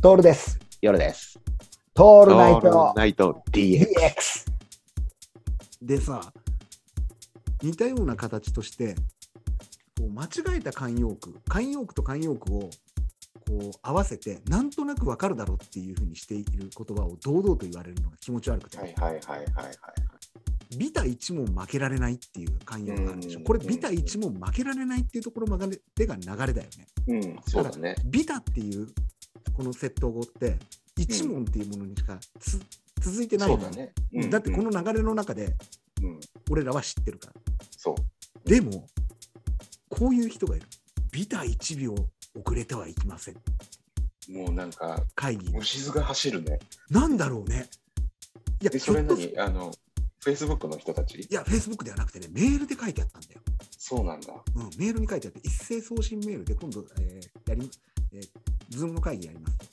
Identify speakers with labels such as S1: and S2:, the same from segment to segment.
S1: トールです。
S2: 夜です。
S1: ト
S2: オ
S1: ールナイト
S2: ナイト DX。
S1: DX。
S3: でさ似たような形としてこう間違えた慣用句慣用句と慣用句をこう合わせてなんとなくわかるだろうっていうふうにしている言葉を堂々と言われるのが気持ち悪くて、
S2: はいはいはいはいはい。
S3: ビタ一問負けられないっていう慣用句があるでし
S2: う
S3: ょ
S2: ん
S3: これビタ一問負けられないっていうところまでが流れだよね
S2: うん、そうだね。
S3: ビタっていうこの窃盗語って一問っていうものにしかつ、続いてない
S2: そ
S3: の
S2: う
S3: よ
S2: だね。
S3: だってこの流れの中で
S2: うん、うん、
S3: 俺らは知ってるから
S2: そう。
S3: でも、こういう人がいる。ビタ1秒遅れてはいけません。
S2: もうなんか、
S3: 会議。
S2: 虫図が走るね。
S3: なんだろうね。いや、
S2: え、それ
S3: ひょっとす
S2: 何あの、Facebook の人たち
S3: いや、Facebook ではなくてね、メールで書いてあったんだよ。
S2: そうなんだ。
S3: うん、メールに書いてあって、一斉送信メールで今度、えーやり、えー、ズームの会議やりますと。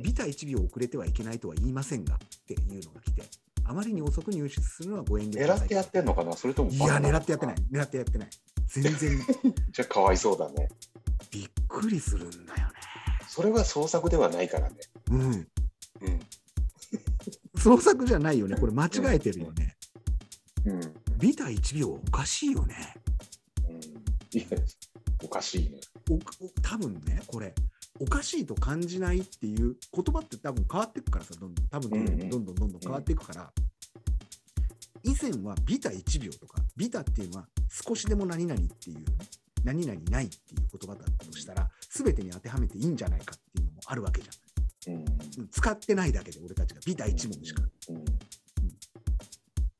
S3: ビタ1秒遅れてはいけないとは言いませんがっていうのが来て、あまりに遅く入手するのはご遠慮くだ
S2: 狙
S3: さ
S2: っ
S3: い。
S2: てやってんのかなそれとも
S3: いや、狙ってやってない
S2: い。。
S3: 狙ってやってない。全然
S2: じゃあ、かわいそうだね。
S3: びっくりするんだよね。
S2: それは創作ではないからね。
S3: うん。
S2: うん。
S3: 創作じゃないよね。これ間違えてるよね。
S2: うん。
S3: ビタ1秒おかしいよね。
S2: うん、いや、おかしいね。
S3: おお多分ね、これ、おかしいと感じないっていう言葉って多分変わっていくからさ、どんどん、多分どんど
S2: うんうん
S3: んどんどんどんどん変わっていくから、以前はビタ1秒とか、ビタっていうのは少しでも何々っていうね、何々ないっていう言葉だったとしたら、すべてに当てはめていいんじゃないかっていうのもあるわけじゃ
S2: うん。
S3: ん。うん使ってないだけで、俺たちがビタ1問しか。
S2: うん。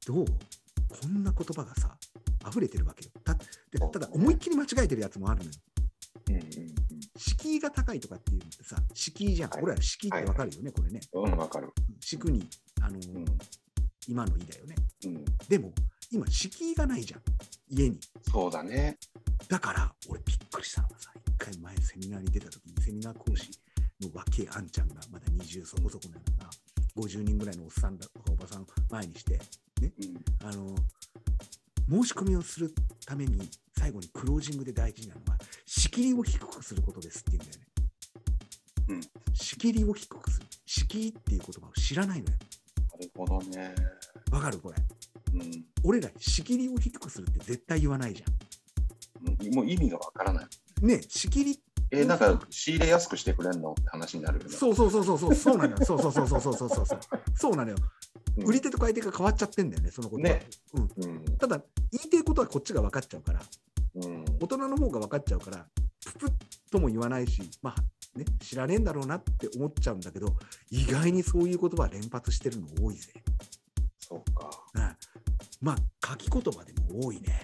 S3: どうこんな言葉がさ、溢れてるわけよ。たでただ、思いっきり間違えてるやつもあるのよ。
S2: うん。うん。
S3: 敷居が高いとかっていうのってさ、敷居じゃん。
S2: はい
S3: 俺ら敷居ってわかるよね、これね。
S2: うん、わかる。
S3: 敷に、あのー
S2: うん。
S3: 今の意だよね。
S2: うん。
S3: でも、今、敷居がないじゃん。家に。
S2: そうだね。
S3: だから、俺びっくりしたのがさ、一回前セミナーに出た時に、セミナー講師の若いあんちゃんが、まだ20そこそこなのかな、50人ぐらいのおっさんだとかおばさんを前にして、
S2: うん。
S3: あの申し込みをするために最後にクロージングで大事なのは仕切りを低くすることですって言うんだよね。
S2: うん
S3: 仕切りを低くする。仕切りっていう言葉を知らないのよ。
S2: なるほどね。
S3: わかるこれ。
S2: うん。
S3: 俺ら仕切りを低くするって絶対言わないじ
S2: うんもう意味がわからない。
S3: ゃん。ねえ仕切り。
S2: えーなんか仕入れやすくしてくれんのって話になるよね。
S3: そうそうそうそうそうそうなのよ。そうそうそうそうそうそうそうそう。そうなのよ。
S2: うん
S3: 売り手と買い手が変わっちゃってんだよね、そのことは
S2: ね
S3: うん。
S2: うん。
S3: ただ、言いたいことはこっちが分かっちゃうから、
S2: うん。
S3: 大人の方が分かっちゃうからププッとも言わないし、まあね、知らねえんだろうなって思っちゃうんだけど意外にそういう言葉連発してるの多いぜ、
S2: そうか。
S3: うんまあ書き言葉でも多いね